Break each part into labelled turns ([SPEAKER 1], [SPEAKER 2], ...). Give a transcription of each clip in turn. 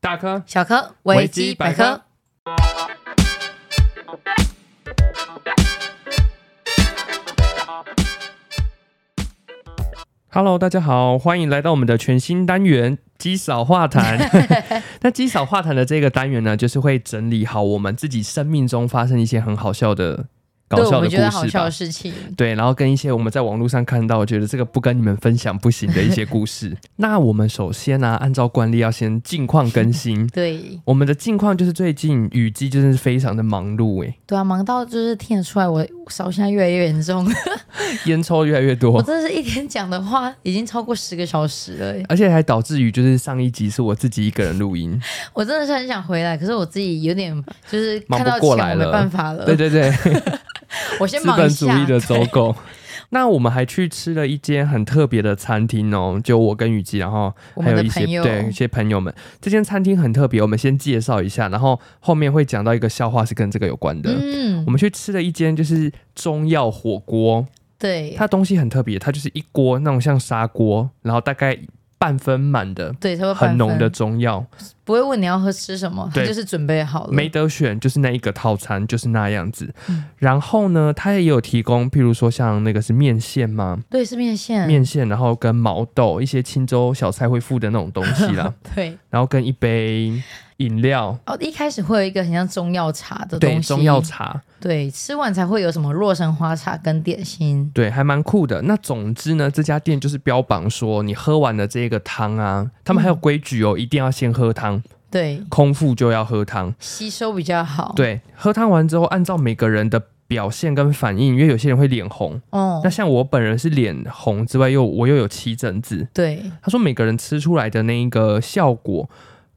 [SPEAKER 1] 大科
[SPEAKER 2] 小科
[SPEAKER 1] 维
[SPEAKER 2] 维
[SPEAKER 1] 基
[SPEAKER 2] 基
[SPEAKER 1] 百
[SPEAKER 2] 百
[SPEAKER 1] 科
[SPEAKER 2] 科。
[SPEAKER 1] Hello，大家好，欢迎来到我们的全新单元“鸡嫂话 谈” 。那“鸡嫂话谈”的这个单元呢，就是会整理好我们自己生命中发生一些很好笑的、搞
[SPEAKER 2] 对
[SPEAKER 1] 笑
[SPEAKER 2] 我
[SPEAKER 1] 的
[SPEAKER 2] 们觉得好
[SPEAKER 1] 故事
[SPEAKER 2] 笑
[SPEAKER 1] 吧
[SPEAKER 2] 的。事情，。
[SPEAKER 1] 对，然后跟一些我们在网络上看到，觉得这个不跟你们分享不行的一些故事。那我们首先呢、按照惯例要先近况更新
[SPEAKER 2] 对
[SPEAKER 1] 我们的近况就是最近雨季真的是非常的忙碌欸诶、
[SPEAKER 2] 对啊，忙到就是听得出来我烧现在越来越严重，
[SPEAKER 1] 烟抽越来越
[SPEAKER 2] 我
[SPEAKER 1] 多，
[SPEAKER 2] 真的是一天讲的话已经超过十个小时了欸，
[SPEAKER 1] 而且还导致于就是上一集是我自己一个人录音，
[SPEAKER 2] 我真的是很想回来，可是我自己有点就是
[SPEAKER 1] 忙
[SPEAKER 2] 看
[SPEAKER 1] 不
[SPEAKER 2] 到钱
[SPEAKER 1] 过
[SPEAKER 2] 我
[SPEAKER 1] 来
[SPEAKER 2] 没
[SPEAKER 1] 了
[SPEAKER 2] 办法了，
[SPEAKER 1] 对对对，
[SPEAKER 2] 我先
[SPEAKER 1] 资
[SPEAKER 2] 忙
[SPEAKER 1] 本
[SPEAKER 2] 一
[SPEAKER 1] 主
[SPEAKER 2] 下
[SPEAKER 1] 义的
[SPEAKER 2] 对
[SPEAKER 1] 走狗。 那我们还去吃了一间很特别的餐厅哦，就我跟雨姬，然后
[SPEAKER 2] 我
[SPEAKER 1] 还
[SPEAKER 2] 们
[SPEAKER 1] 有
[SPEAKER 2] 的
[SPEAKER 1] 一些
[SPEAKER 2] 朋友
[SPEAKER 1] 对一些朋友们，这间餐厅很特别，我们先介绍一下，然后后面会讲到一个笑话是跟这个有关的。
[SPEAKER 2] 嗯
[SPEAKER 1] 我，们去吃了一间就是中药火锅，
[SPEAKER 2] 对
[SPEAKER 1] 它东西很特别，它就是一锅那种像砂锅，然后大概半分满的
[SPEAKER 2] 对，他会
[SPEAKER 1] 很浓的
[SPEAKER 2] 拌饭，
[SPEAKER 1] 中药，
[SPEAKER 2] 不会问你要喝吃什么，他
[SPEAKER 1] 对
[SPEAKER 2] 就是准备好了，
[SPEAKER 1] 没得选，就是那一个套餐就是那样子
[SPEAKER 2] 嗯。
[SPEAKER 1] 然后呢，它也有提供，譬如说像那个是面线吗？
[SPEAKER 2] 对是面线，
[SPEAKER 1] 面线，然后跟毛豆一些青州小菜会附的那种东西 啦，
[SPEAKER 2] 对
[SPEAKER 1] 然后跟一杯饮料，
[SPEAKER 2] 哦，一开始会有一个很像中药茶的东
[SPEAKER 1] 对，
[SPEAKER 2] 西，
[SPEAKER 1] 中药茶，
[SPEAKER 2] 对，吃完才会有什么洛神花茶跟点心。
[SPEAKER 1] 对，还蛮酷的。那总之呢，这家店就是标榜说，你喝完了这个汤啊，他们还有规矩哦，一定要先喝
[SPEAKER 2] 嗯
[SPEAKER 1] 汤，
[SPEAKER 2] 对，
[SPEAKER 1] 空腹就要喝汤。
[SPEAKER 2] 吸收比较好。，
[SPEAKER 1] 对，喝汤完之后，按照每个人的表现跟反应，因为有些人会脸红，
[SPEAKER 2] 哦
[SPEAKER 1] 那，像我本人是脸红之外，又我又有起疹子。
[SPEAKER 2] 对，
[SPEAKER 1] 他说每个人吃出来的那一个效果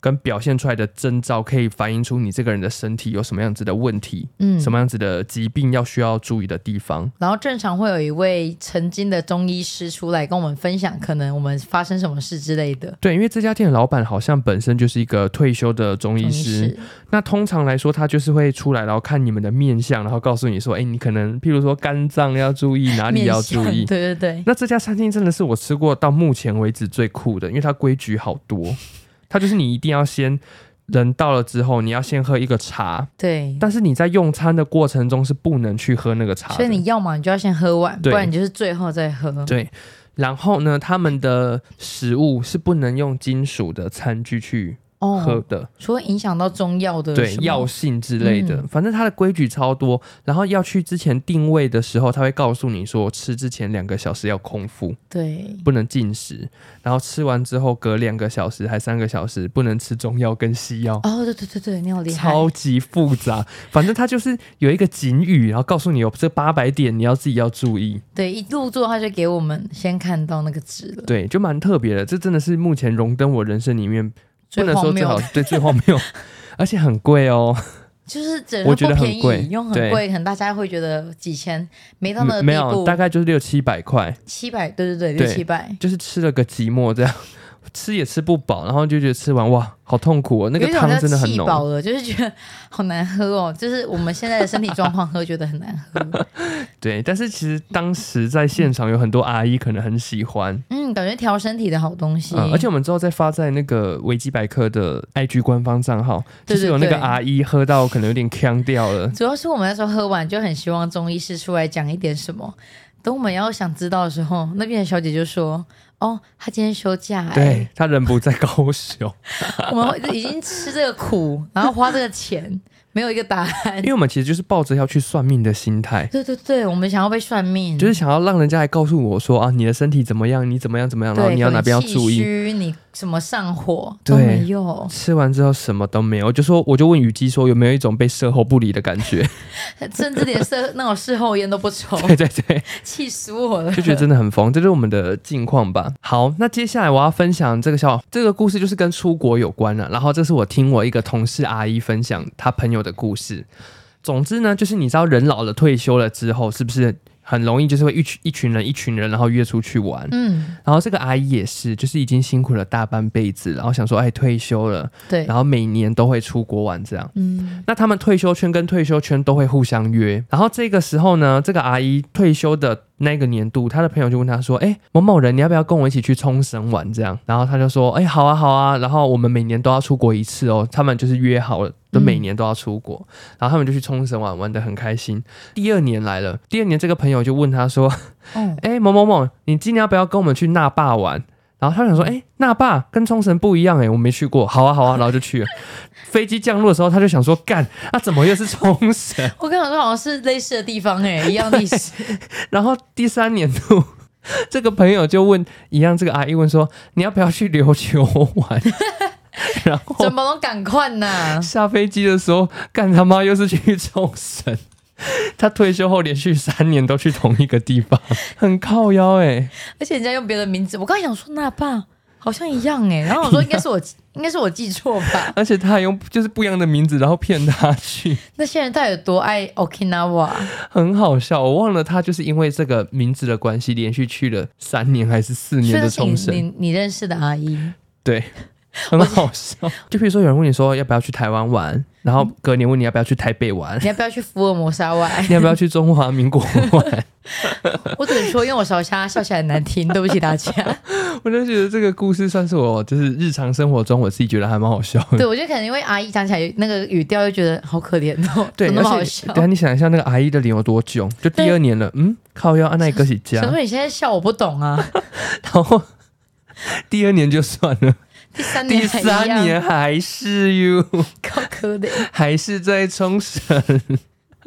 [SPEAKER 1] 跟表现出来的征兆，可以反映出你这个人的身体有什么样子的问题，
[SPEAKER 2] 嗯，
[SPEAKER 1] 什么样子的疾病要需要注意的地方。
[SPEAKER 2] 然后正常会有一位曾经的中医师出来跟我们分享，可能我们发生什么事之类的。
[SPEAKER 1] 对，因为这家店的老板好像本身就是一个退休的中医
[SPEAKER 2] 中
[SPEAKER 1] 师，那通常来说，他就是会出来，然后看你们的面相，然后告诉你说，哎，你可能譬如说肝脏要注意，哪里
[SPEAKER 2] 面
[SPEAKER 1] 要
[SPEAKER 2] 相
[SPEAKER 1] 注意。
[SPEAKER 2] 对对对，
[SPEAKER 1] 那这家餐厅真的是我吃过到目前为止最酷的，因为它规矩好多。它就是你一定要先人到了之后，你要先喝一个茶，
[SPEAKER 2] 对。
[SPEAKER 1] 但是你在用餐的过程中是不能去喝那个茶的。
[SPEAKER 2] 所以你要么你就要先喝完，不
[SPEAKER 1] 对
[SPEAKER 2] 然你就是最后再喝。
[SPEAKER 1] 对，然后呢，他们的食物是不能用金属的餐具去喝
[SPEAKER 2] 哦，
[SPEAKER 1] 的，
[SPEAKER 2] 除了影响到中药的
[SPEAKER 1] 对
[SPEAKER 2] 什么
[SPEAKER 1] 药性之类的，
[SPEAKER 2] 哦嗯
[SPEAKER 1] 反正它的规矩超多。然后要去之前定位的时候，他会告诉你说，吃之前两个小时要空腹。
[SPEAKER 2] 对
[SPEAKER 1] 不能进食，然后吃完之后隔两个小时还三个小时不能吃中药跟西药，
[SPEAKER 2] 哦，对对对对，你好厉害，
[SPEAKER 1] 超级复杂。反正它就是有一个警语，然后告诉你有这八百点，你要自己要注意。
[SPEAKER 2] 对，一入座他就给我们先看到那个纸了，
[SPEAKER 1] 对，就蛮特别的。这真的是目前荣登我人生里面不
[SPEAKER 2] 最
[SPEAKER 1] 能说
[SPEAKER 2] 荒
[SPEAKER 1] 最
[SPEAKER 2] 谬
[SPEAKER 1] 好
[SPEAKER 2] 的，
[SPEAKER 1] 对最荒谬，而且很贵哦，
[SPEAKER 2] 就是整
[SPEAKER 1] 我
[SPEAKER 2] 个
[SPEAKER 1] 觉
[SPEAKER 2] 不
[SPEAKER 1] 得
[SPEAKER 2] 便
[SPEAKER 1] 很贵
[SPEAKER 2] 宜，用很
[SPEAKER 1] 对
[SPEAKER 2] 贵，可能大家会觉得几千，没到那个
[SPEAKER 1] 没
[SPEAKER 2] 地
[SPEAKER 1] 有
[SPEAKER 2] 步，
[SPEAKER 1] 大概就是六七百块，
[SPEAKER 2] 七百，对对对，
[SPEAKER 1] 对
[SPEAKER 2] 六七百。
[SPEAKER 1] 就是吃了个寂寞这样。 吃也吃不饱，然后就觉得吃完哇，好痛苦哦！那个
[SPEAKER 2] 有一
[SPEAKER 1] 汤
[SPEAKER 2] 种叫
[SPEAKER 1] 真的很
[SPEAKER 2] 气
[SPEAKER 1] 浓，
[SPEAKER 2] 饱了，就是觉得好难喝哦。就是我们现在的身体状况喝，觉得很难喝。
[SPEAKER 1] 对。但是其实当时在现场有很多阿姨可能很喜欢，
[SPEAKER 2] 嗯，感觉调身体的好东西。
[SPEAKER 1] 嗯，而且我们之后再发在那个维基百科的 IG 官方账号，
[SPEAKER 2] 对
[SPEAKER 1] 就是有那
[SPEAKER 2] 对
[SPEAKER 1] 个
[SPEAKER 2] 对
[SPEAKER 1] 阿姨喝到可能有点呛掉了。
[SPEAKER 2] 主要是我们那时候喝完，就很希望中医师出来讲一点什么。等我们要想知道的时候，那边的小姐就说：“哦，她今天休假、欸。”
[SPEAKER 1] 对，她人不在高 雄，
[SPEAKER 2] 我们已经吃这个苦，然后花这个钱，没有一个答案
[SPEAKER 1] 因。为我们其实就是抱着要去算命的心态，
[SPEAKER 2] 对对对，我们想要被算命，
[SPEAKER 1] 就是想要让人家来告诉我说啊，你的身体怎么样，你怎么样怎么样，然后
[SPEAKER 2] 对，
[SPEAKER 1] 你要哪边要
[SPEAKER 2] 可能
[SPEAKER 1] 注
[SPEAKER 2] 气
[SPEAKER 1] 意。
[SPEAKER 2] 虚，你什么上火
[SPEAKER 1] 对
[SPEAKER 2] 都没有，
[SPEAKER 1] 吃完之后什么都没有，我就说我就问雨姬说有没有一种被售后不理的感觉？
[SPEAKER 2] 甚至连事那种事后烟都不抽，
[SPEAKER 1] 对对对，
[SPEAKER 2] 气死 我了。
[SPEAKER 1] 就觉得真的很疯，这就是我们的近况吧。好，那接下来我要分享这个笑，这个故事就是跟出国有关了、啊然后这是我听我一个同事阿姨分享她朋友的故事。总之呢，就是你知道人老了退休了之后，是不是很容易就是会一群一群人一群人，然后约出去玩？
[SPEAKER 2] 嗯，
[SPEAKER 1] 然后这个阿姨也是，就是已经辛苦了大半辈子，然后想说哎退休了，
[SPEAKER 2] 对，
[SPEAKER 1] 然后每年都会出国玩这样。
[SPEAKER 2] 嗯，
[SPEAKER 1] 那他们退休圈跟退休圈都会互相约，然后这个时候呢，这个阿姨退休的那个年度，他的朋友就问他说：“哎、某某人，你要不要跟我一起去冲绳玩？”这样，然后他就说：“哎、好啊，好啊。”然后我们每年都要出国一次哦，他们就是约好了，就每年都要出国。然后他们就去冲绳玩，玩的很开心。第二年来了，第二年这个朋友就问他说：“
[SPEAKER 2] 哦，
[SPEAKER 1] 哎、某某某，你今年要不要跟我们去那霸玩？然后他想说，哎、那霸跟冲绳不一样、诶哎，我没去过，好啊好啊，然后就去了。飞机降落的时候，他就想说，干，那、怎么又是冲绳？
[SPEAKER 2] 我跟你说好像是类似的地方哎、一样历史。
[SPEAKER 1] 然后第三年度，这个朋友就问一样，这个阿姨问说，你要不要去琉球玩？ 然后
[SPEAKER 2] 怎么能赶快 呢？
[SPEAKER 1] 下飞机的时候，干他妈又是去冲绳。他退休后连续三年都去同一个地方，很靠腰哎、诶
[SPEAKER 2] 而且人家用别的名字，我刚才想说那爸好像一样哎、然后我说应该是我 应该是我记错吧？
[SPEAKER 1] 而且他还用就是不一样的名字，然后骗他去。
[SPEAKER 2] 那些人到底有多爱 Okinawa？
[SPEAKER 1] 很好笑，我忘了他就是因为这个名字的关系，连续去了三年还是四
[SPEAKER 2] 所
[SPEAKER 1] 年
[SPEAKER 2] 以
[SPEAKER 1] 的
[SPEAKER 2] 那是你
[SPEAKER 1] 冲绳，
[SPEAKER 2] 你你认识的阿姨，
[SPEAKER 1] 对，很好 笑。就比如说有人问你说要不要去台湾玩，然后隔年问你要不要去台北玩，
[SPEAKER 2] 你要不要去福尔摩沙玩？
[SPEAKER 1] 你要不要去中华民国玩，
[SPEAKER 2] 我只能说，因为我烧虾笑起来很难听，对不起大家。
[SPEAKER 1] 我就觉得这个故事算是我就是日常生活中我自己觉得还蛮好笑的。
[SPEAKER 2] 对，我觉得可能因为阿姨讲起来那个语调，就觉得好可怜 哦，
[SPEAKER 1] 对，
[SPEAKER 2] 怎么那么
[SPEAKER 1] 而
[SPEAKER 2] 好
[SPEAKER 1] 且
[SPEAKER 2] 笑
[SPEAKER 1] 等一。下你想一下那个阿姨的脸有多囧，就第
[SPEAKER 2] 对
[SPEAKER 1] 二年了，嗯，靠腰安奈哥起 家
[SPEAKER 2] 想，说你现在笑我不懂啊，
[SPEAKER 1] 然后 第二年就算 了，
[SPEAKER 2] 第三
[SPEAKER 1] 第
[SPEAKER 2] 年还一样
[SPEAKER 1] 三年还是 you。
[SPEAKER 2] 高科的，
[SPEAKER 1] 还是在冲绳，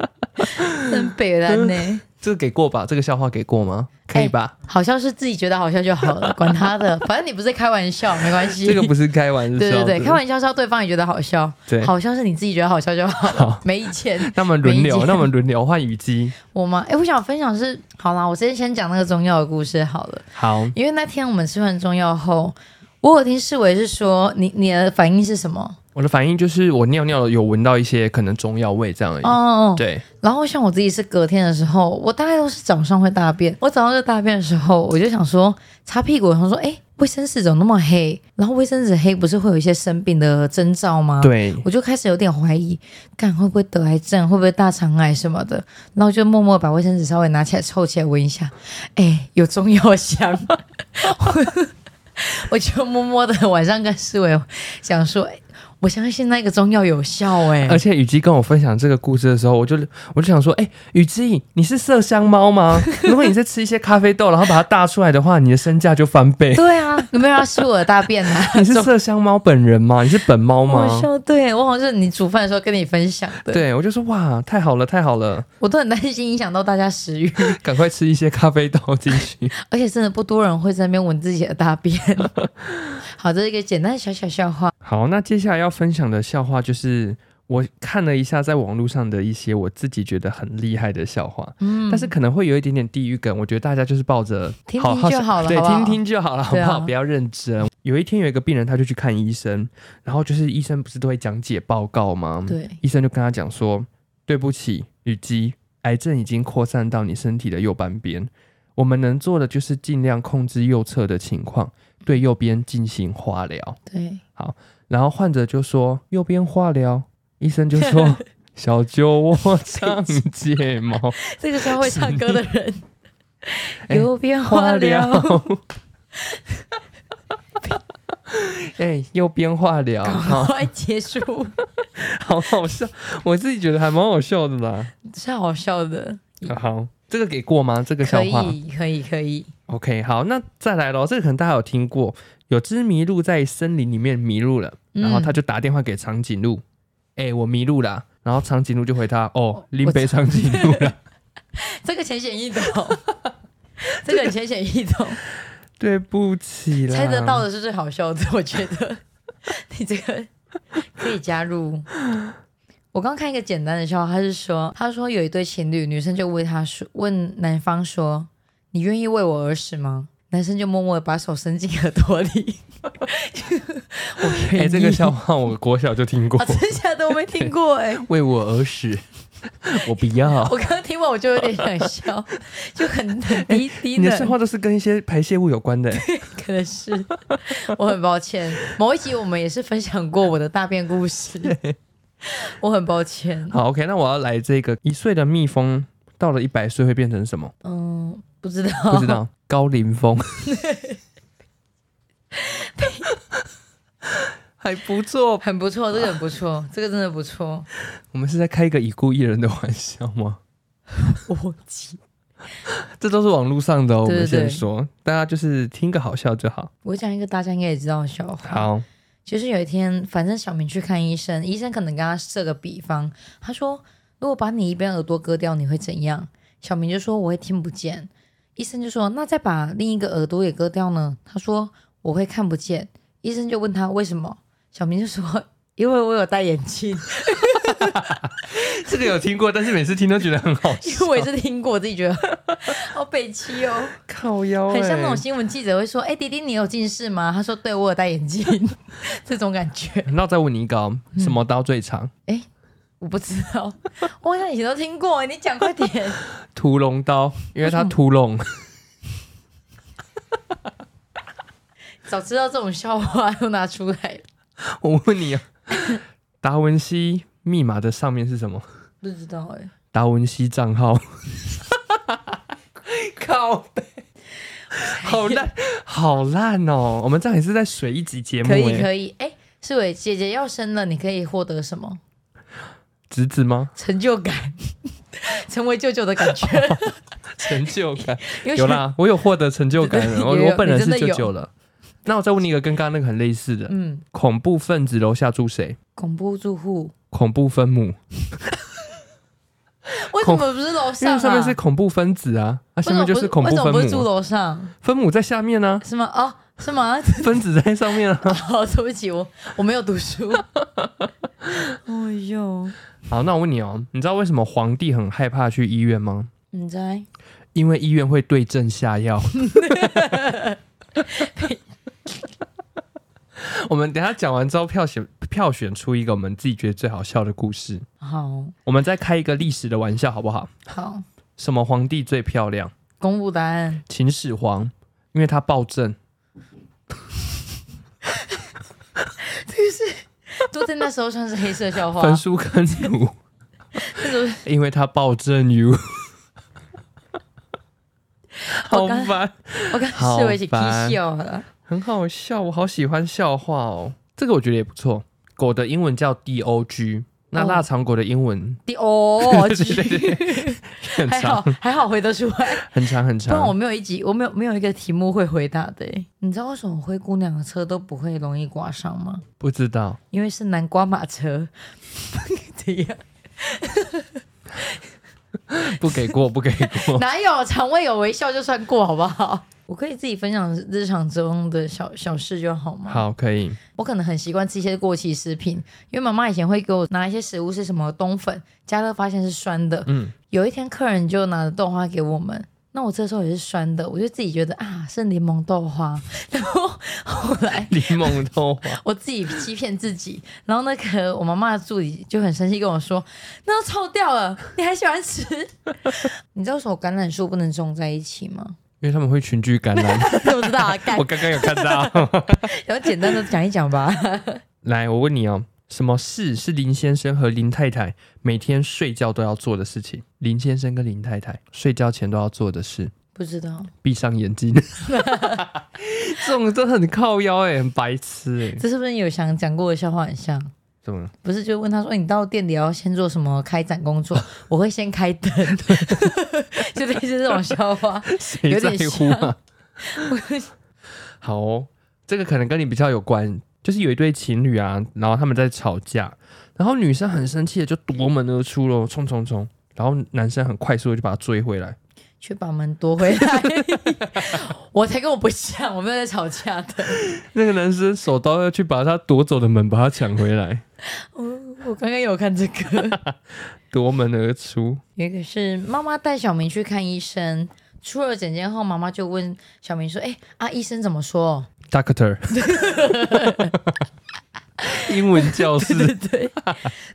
[SPEAKER 2] 真北蓝呢，
[SPEAKER 1] 这个给过吧？这个笑话给过
[SPEAKER 2] 哎
[SPEAKER 1] 吗？可以吧？
[SPEAKER 2] 好像是自己觉得好笑就好了，管他 的，反正你不是开玩笑，没关系。
[SPEAKER 1] 这个不是开玩笑
[SPEAKER 2] 对
[SPEAKER 1] 的，
[SPEAKER 2] 对对，开玩笑是要对方也觉得好笑，
[SPEAKER 1] 对
[SPEAKER 2] 好笑是你自己觉得好笑就好了，没意见。
[SPEAKER 1] 那我们轮
[SPEAKER 2] 没意
[SPEAKER 1] 流，
[SPEAKER 2] 见
[SPEAKER 1] 那我们轮流换雨姬。
[SPEAKER 2] 我吗？哎，我想分享是，好啦，我先先讲那个中药的故事好了。
[SPEAKER 1] 好，
[SPEAKER 2] 因为那天我们吃完中药后，我有听世伟是说，你你的反应是什么？
[SPEAKER 1] 我的反应就是我尿尿有闻到一些可能中药味这样而已。
[SPEAKER 2] 哦，
[SPEAKER 1] 对，
[SPEAKER 2] 然后像我自己是隔天的时候，我大概都是早上会大便。我早上就大便的时候，我就想说擦屁股，我想说，哎，卫生纸怎么那么黑？然后卫生纸黑不是会有一些生病的征兆吗？。
[SPEAKER 1] 对，
[SPEAKER 2] 我就开始有点怀疑，干会不会得癌症，会不会大肠癌什么的，然后就默默把卫生纸稍微拿起来凑起来闻一下，哎，有中药香。 我就默默的晚上跟思维讲说，哎我相信那个中药有效哎、
[SPEAKER 1] 而且雨姬跟我分享这个故事的时候，我就我就想说，哎、雨姬，你是麝香猫 吗？如果你在吃一些咖啡豆，然后把它大出来的话，你的身价就翻倍。
[SPEAKER 2] 对啊，有没有要吃我的大便啊？
[SPEAKER 1] 你是麝香猫本人吗？你是本猫
[SPEAKER 2] 我
[SPEAKER 1] 吗？
[SPEAKER 2] 说对，我好像是你煮饭的时候跟你分享的，
[SPEAKER 1] 对，我就说哇，太好了，太好了，
[SPEAKER 2] 我都很担心影响到大家食欲，
[SPEAKER 1] 赶快吃一些咖啡豆进去。
[SPEAKER 2] 而且真的不多人会在那边闻自己的大便。好，这是一个简单的小小笑话。
[SPEAKER 1] 好，那接下来要分享的笑话就是我看了一下在网络上的一些我自己觉得很厉害的笑话，
[SPEAKER 2] 嗯，
[SPEAKER 1] 但是可能会有一点点地域梗，我觉得大家就是抱着
[SPEAKER 2] 听听就好了
[SPEAKER 1] 对，
[SPEAKER 2] 好不好
[SPEAKER 1] 听听就好了，好不好？
[SPEAKER 2] 对啊
[SPEAKER 1] 不要认真。有一天有一个病人他就去看医生，然后就是医生不是都会讲解报告吗？，
[SPEAKER 2] 对，
[SPEAKER 1] 医生就跟他讲说：“对不起，雨姬，癌症已经扩散到你身体的右半边，我们能做的就是尽量控制右侧的情况，对右边进行化疗。”
[SPEAKER 2] 对，
[SPEAKER 1] 然后患者就说右边化疗，医生就 说小酒窝长睫毛，
[SPEAKER 2] 这个是会唱歌的人，
[SPEAKER 1] 哎
[SPEAKER 2] 右边
[SPEAKER 1] 化
[SPEAKER 2] 化疗，
[SPEAKER 1] 疗。 哎、右边化疗，
[SPEAKER 2] 赶
[SPEAKER 1] 好
[SPEAKER 2] 快结束，
[SPEAKER 1] 好好笑，我自己觉得还蛮好笑的啦。
[SPEAKER 2] 是好笑的，
[SPEAKER 1] 好，这个给过吗？这个笑
[SPEAKER 2] 嗯可
[SPEAKER 1] 话
[SPEAKER 2] 以，可以，可以，
[SPEAKER 1] ，OK，好，那再来咯，这个可能大家有听过，有只麋鹿在森林里面迷路了，然后
[SPEAKER 2] 嗯
[SPEAKER 1] 他就打电话给长颈鹿，哎、我迷路啦。然后长颈鹿就回他，哦，林
[SPEAKER 2] 我
[SPEAKER 1] 北长颈鹿啦。
[SPEAKER 2] 这个浅显易懂，这个很浅显易懂，
[SPEAKER 1] 对啊不起啦，
[SPEAKER 2] 猜得到。的是最好笑的， 我觉得你这个可以加入。我刚看一个简单的笑话，他是说，他说有一对情侣，女生就问他说，问男方说，你愿意为我而死吗？男生就默默的把手伸进耳朵 里。我
[SPEAKER 1] 哎、
[SPEAKER 2] 愿意
[SPEAKER 1] 这个笑话我国小就听过
[SPEAKER 2] 啊，，真假的我没听过 哎、
[SPEAKER 1] 为我而死， 我不要。
[SPEAKER 2] 我刚刚听完我就有点想笑，就很很低低
[SPEAKER 1] 你的笑
[SPEAKER 2] 的，
[SPEAKER 1] 话都是跟一些排泄物有关 的、
[SPEAKER 2] 可能是我很抱歉。某一集我们也是分享过我的大便 故事，我很抱歉。
[SPEAKER 1] 好，OK，那我要来这个一岁的蜜蜂到了一百岁会变成什么？
[SPEAKER 2] 嗯，不知道，
[SPEAKER 1] 不知 道高凌风，还不错。
[SPEAKER 2] 很不错，这个很不错，这个真的 不错。
[SPEAKER 1] 我们是在开一个已故艺人的玩笑吗？
[SPEAKER 2] 我记，
[SPEAKER 1] 这都是网络上的、哦，我
[SPEAKER 2] 对
[SPEAKER 1] 们
[SPEAKER 2] 对对
[SPEAKER 1] 先说，大家就是听个好笑就好。
[SPEAKER 2] 我讲一个大家应该也知道的笑话。
[SPEAKER 1] 好，
[SPEAKER 2] 就是有一天，反正小明去看医生，医生可能跟他设个比方，他说：“如果把你一边耳朵割掉，你会怎样？”小明就说：“我会听不见。”医生就说：“那再把另一个耳朵也割掉呢？”他说：“我会看不见。”医生就问他为什么，小明就说：“ 因为我有戴眼镜。
[SPEAKER 1] 这个有听过，但是每次听都觉得很好”
[SPEAKER 2] 因
[SPEAKER 1] 笑
[SPEAKER 2] 为，我也是听过，我自己觉得 好北七哦，
[SPEAKER 1] 靠腰、欸，
[SPEAKER 2] 很像那种新闻记者会说：“哎、迪弟弟，你有近视吗？”他说：“对，我有戴眼镜。” 这种感觉。
[SPEAKER 1] 那我再问你一个哦，什么刀最长？
[SPEAKER 2] 我不知道， 我好像以前都听过，你讲快点。
[SPEAKER 1] 屠龙刀，因为它屠龙。
[SPEAKER 2] 早知道这种笑话都拿出来了，
[SPEAKER 1] 我问你啊，达文西密码的上面是什么？
[SPEAKER 2] 不知道哎、
[SPEAKER 1] 达文西账 号。靠北，好烂，好烂哦！我们这样也是在水一集节目
[SPEAKER 2] 可以
[SPEAKER 1] 哎，
[SPEAKER 2] 可以，哎、世伟姐姐要生了，你可以获得什么
[SPEAKER 1] 侄子 吗？
[SPEAKER 2] 成就感？成为舅舅的 感觉，
[SPEAKER 1] 成就感
[SPEAKER 2] 因为
[SPEAKER 1] 有啦，我有获得成就感
[SPEAKER 2] 对
[SPEAKER 1] 了，
[SPEAKER 2] 有
[SPEAKER 1] 我
[SPEAKER 2] 有
[SPEAKER 1] 我本人
[SPEAKER 2] 你
[SPEAKER 1] 是
[SPEAKER 2] 真的
[SPEAKER 1] 舅
[SPEAKER 2] 有
[SPEAKER 1] 舅了。那我再问你一个跟刚刚那个很类似的，
[SPEAKER 2] 嗯，
[SPEAKER 1] 恐怖分子楼下住谁？
[SPEAKER 2] 恐怖住户
[SPEAKER 1] 恐怖分母，
[SPEAKER 2] 为什么不是楼
[SPEAKER 1] 因
[SPEAKER 2] 上、
[SPEAKER 1] 为
[SPEAKER 2] 啊？
[SPEAKER 1] 上面是恐怖分子啊，啊，下面就是恐怖
[SPEAKER 2] 为什
[SPEAKER 1] 分
[SPEAKER 2] 么不是住
[SPEAKER 1] 母，
[SPEAKER 2] 楼上？
[SPEAKER 1] 分母在下面呢、
[SPEAKER 2] 是吗？哦，是吗？
[SPEAKER 1] 啊，分子在上面啊。
[SPEAKER 2] 哦，对不起，我我没有读书。 哎呦，
[SPEAKER 1] 好，那我问你哦，你知道为什么皇帝很害怕去医院吗？
[SPEAKER 2] 你在
[SPEAKER 1] 因为医院会对症下药。 我们等一下讲完之后，票选票选出一个我们自己觉得最好笑的故事，
[SPEAKER 2] 好
[SPEAKER 1] 我们再开一个历史的玩笑，好不好？
[SPEAKER 2] 好
[SPEAKER 1] 什么皇帝最漂亮？
[SPEAKER 2] 公布答案，
[SPEAKER 1] 秦始皇，因为他暴政。
[SPEAKER 2] 都在那时候算是黑色笑话。
[SPEAKER 1] 焚书坑 儒，
[SPEAKER 2] 那时候
[SPEAKER 1] 因为他暴政于。好
[SPEAKER 2] 我刚
[SPEAKER 1] 烦，
[SPEAKER 2] 我刚
[SPEAKER 1] 好
[SPEAKER 2] 视为起 K
[SPEAKER 1] 烦
[SPEAKER 2] 笑了，
[SPEAKER 1] 很好笑，我好喜欢笑话哦。这个我觉得也不错。狗的英文叫 dog，那
[SPEAKER 2] 哦
[SPEAKER 1] 腊肠狗的英文
[SPEAKER 2] 第哦
[SPEAKER 1] 对对对
[SPEAKER 2] 去，
[SPEAKER 1] 很
[SPEAKER 2] 还好
[SPEAKER 1] 长，
[SPEAKER 2] 还好回得出来，
[SPEAKER 1] 很长，很
[SPEAKER 2] 不然我
[SPEAKER 1] 长。
[SPEAKER 2] 没有一集，我没有没有一个题目会回答的欸。你知道为什么灰姑娘的车都不会容易刮伤吗？
[SPEAKER 1] 不知道，
[SPEAKER 2] 因为是南瓜马车， 怎样？
[SPEAKER 1] 不给过，不给过。
[SPEAKER 2] 哪有肠胃有微笑就算过好不好？ 我可以自己分享日常中的小小事就好吗？
[SPEAKER 1] 好，可以。
[SPEAKER 2] 我可能很习惯吃一些过期食品，因为妈妈以前会给我拿一些食物是什么冬粉，加热发现是酸的。
[SPEAKER 1] 嗯
[SPEAKER 2] 嗯，有一天客人就拿着豆花给我们，那我这时候也是酸的，我就自己觉得啊是柠檬豆花， 然后后来
[SPEAKER 1] 柠檬豆 花，
[SPEAKER 2] 我自己欺骗自己，然后那个我妈妈的助理就很生气跟我说，那都臭掉了，你还喜欢吃？ 你知道为什么橄榄树不能种在一起吗？
[SPEAKER 1] 因为他们会群聚感 染。
[SPEAKER 2] 我不知道啊，干
[SPEAKER 1] 我，刚刚有看到。
[SPEAKER 2] 然后简单的讲一讲吧。
[SPEAKER 1] 来，我问你哦，什么事是林先生和林太太每天睡觉都要做的事情？林先生跟林太太睡觉前都要做的事，
[SPEAKER 2] 不知道，
[SPEAKER 1] 闭上眼 睛。 这种真的很靠腰哎、很白痴哎、
[SPEAKER 2] 这是不是有想讲过的笑话很像？
[SPEAKER 1] 怎么了？
[SPEAKER 2] 不是就问他说，哎你到店里要先做什么开展工作？ 我会先开灯，就类似这种笑话。
[SPEAKER 1] 谁
[SPEAKER 2] 有
[SPEAKER 1] 在
[SPEAKER 2] 点
[SPEAKER 1] 乎啊？ 好哦、这个可能跟你比较有关，就是有一对情侣啊，然后他们在吵架，然后女生很生气的就夺门而出了，冲冲冲，然后男生很快速的就把她追回来。
[SPEAKER 2] 去把门夺回来， 我才跟我不像，我没有在吵架的。
[SPEAKER 1] 那个男生手刀要去把他夺走的门把他抢回来，
[SPEAKER 2] 我我刚刚有看这个，
[SPEAKER 1] 夺门而出。
[SPEAKER 2] 有一个是妈妈带小明去看医生，出了诊间后，妈妈就问小明说：“哎、啊，医生怎么说
[SPEAKER 1] Doctor，英文教？”
[SPEAKER 2] 对
[SPEAKER 1] 室
[SPEAKER 2] 对对，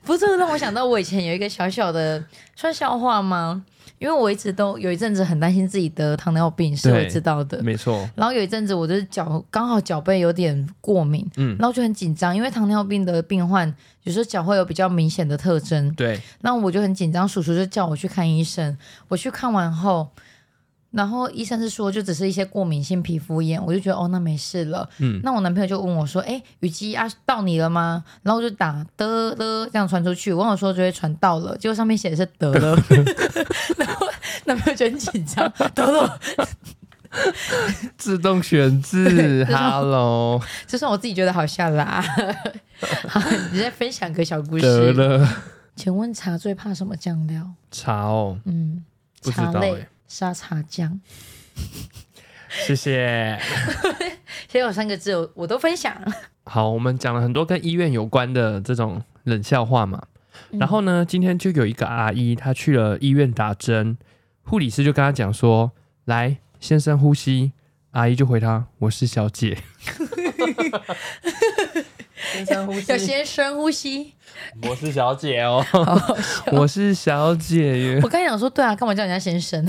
[SPEAKER 2] 不是这个让我想到我以前有一个小小的算笑话吗？因为我一直都有一阵子很担心自己得糖尿病，是我
[SPEAKER 1] 对
[SPEAKER 2] 知道的。
[SPEAKER 1] 没错，
[SPEAKER 2] 然后有一阵子我就是脚刚好脚背有点过敏，
[SPEAKER 1] 嗯
[SPEAKER 2] 然后就很紧张，因为糖尿病的病患有时候脚会有比较明显的特征，
[SPEAKER 1] 对，
[SPEAKER 2] 那我就很紧张，叔叔就叫我去看医生，我去看完后。然后医生是说就只是一些过敏性皮肤炎，我就觉得哦那没事了。
[SPEAKER 1] 嗯
[SPEAKER 2] 那我男朋友就问我说，哎，雨姬啊到你了吗？然后我就打的了这样传出去，我跟我说就会传到了，结果上面写的是 得 了，然后男朋友就很紧张，得了，
[SPEAKER 1] 自动选字
[SPEAKER 2] 对然后
[SPEAKER 1] ，Hello，
[SPEAKER 2] 就算我自己觉得好笑啦。 好，你再分享个小故
[SPEAKER 1] 得
[SPEAKER 2] 事。
[SPEAKER 1] 了，
[SPEAKER 2] 请问茶最怕什么酱料？
[SPEAKER 1] 茶哦，
[SPEAKER 2] 嗯，
[SPEAKER 1] 不知
[SPEAKER 2] 茶
[SPEAKER 1] 道
[SPEAKER 2] 类
[SPEAKER 1] 哎
[SPEAKER 2] 沙茶酱。
[SPEAKER 1] 谢谢。
[SPEAKER 2] 所以有三个字，我我都分享。
[SPEAKER 1] 好，我们讲了很多跟医院有关的这种冷笑话嘛。
[SPEAKER 2] 嗯
[SPEAKER 1] 然后呢，今天就有一个阿姨，她去了医院打针，护理师就跟她讲说：“来，先深呼吸。”阿姨就回她：“我是小姐。”先深呼
[SPEAKER 2] 要 先深呼 吸。
[SPEAKER 1] 我是小姐哦，我是小姐耶。
[SPEAKER 2] 我刚才想说，对啊，干嘛叫人家先 生？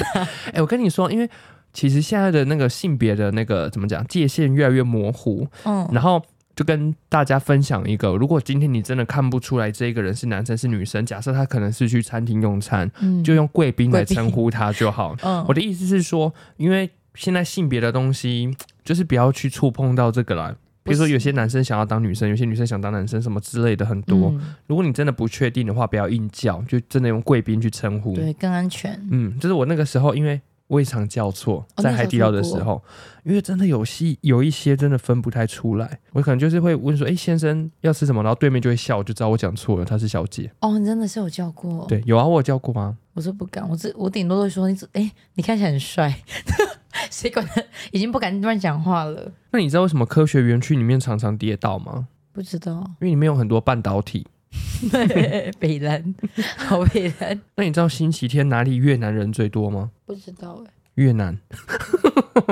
[SPEAKER 1] 哎、我跟你说，因为其实现在的那个性别的那个怎么讲界限越来越模糊，
[SPEAKER 2] 嗯
[SPEAKER 1] 然后就跟大家分享一个，如果今天你真的看不出来这个人是男生是女生，假设他可能是去餐厅用餐，
[SPEAKER 2] 嗯，
[SPEAKER 1] 就用贵宾来
[SPEAKER 2] 贵宾
[SPEAKER 1] 称呼他就好。
[SPEAKER 2] 嗯
[SPEAKER 1] 我的意思是说，因为现在性别的东西，就是不要去触碰到这个啦。比如说，
[SPEAKER 2] 不是
[SPEAKER 1] 有些男生想要当女生，有些女生想当男生，什么之类的很多。
[SPEAKER 2] 嗯
[SPEAKER 1] 如果你真的不确定的话，不要硬叫，就真的用贵宾去称呼。
[SPEAKER 2] 对，更安全。
[SPEAKER 1] 嗯，就是我那个时候，因为我也常叫错，
[SPEAKER 2] 哦
[SPEAKER 1] 在海底捞的时候，因为真的有些有一些真的分不太出来，我可能就是会问说：“哎、先生要吃什么？”然后对面就会笑，我就知道我讲错了，她是小姐。
[SPEAKER 2] 哦，你真的是有叫过？，
[SPEAKER 1] 对，有啊，我有叫过啊。
[SPEAKER 2] 我是不敢，我只我顶多会说你只，哎，你看起来很帅， 谁管他？已经不敢乱讲话了。
[SPEAKER 1] 那你知道为什么科学园区里面常常跌倒吗？
[SPEAKER 2] 不知道，
[SPEAKER 1] 因为里面有很多半导体。
[SPEAKER 2] 北兰，好北兰，
[SPEAKER 1] 那你知道星期天哪里越南人最多吗？
[SPEAKER 2] 不知道哎，
[SPEAKER 1] 越南，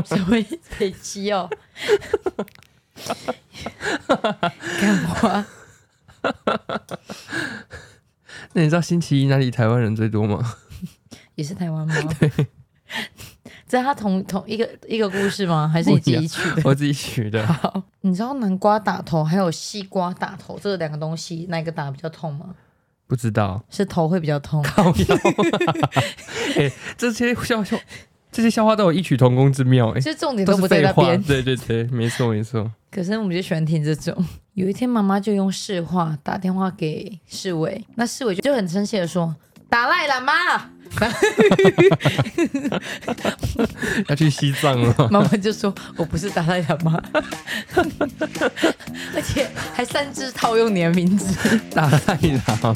[SPEAKER 2] 什么北极 哦？干嘛？
[SPEAKER 1] 那你知道星期一哪里台湾人最多吗？
[SPEAKER 2] 也是 台湾吗？这是他同同一个一个故事 吗？还是你自己取的？
[SPEAKER 1] 我自己取的。
[SPEAKER 2] 好，你知道南瓜打头还有西瓜打头这两个东西，哪一个打比较痛吗？
[SPEAKER 1] 不知道，
[SPEAKER 2] 是头会比较 痛。
[SPEAKER 1] 靠腰、 哎、这些笑笑，这些笑话都有异曲同工之妙、哎
[SPEAKER 2] 其，实重点
[SPEAKER 1] 都
[SPEAKER 2] 都
[SPEAKER 1] 是
[SPEAKER 2] 不在
[SPEAKER 1] 废
[SPEAKER 2] 那
[SPEAKER 1] 话。
[SPEAKER 2] 边，
[SPEAKER 1] 对对对，没错没错。
[SPEAKER 2] 可是我们就喜欢听这种。有一天，妈妈就用市话打电话给市委，那市委就很生气的说：“打赖了 妈！”
[SPEAKER 1] 要去西藏 了，
[SPEAKER 2] 妈妈就说：“我不是达赖喇嘛， 而且还擅自套用你的名字。
[SPEAKER 1] 大太郎。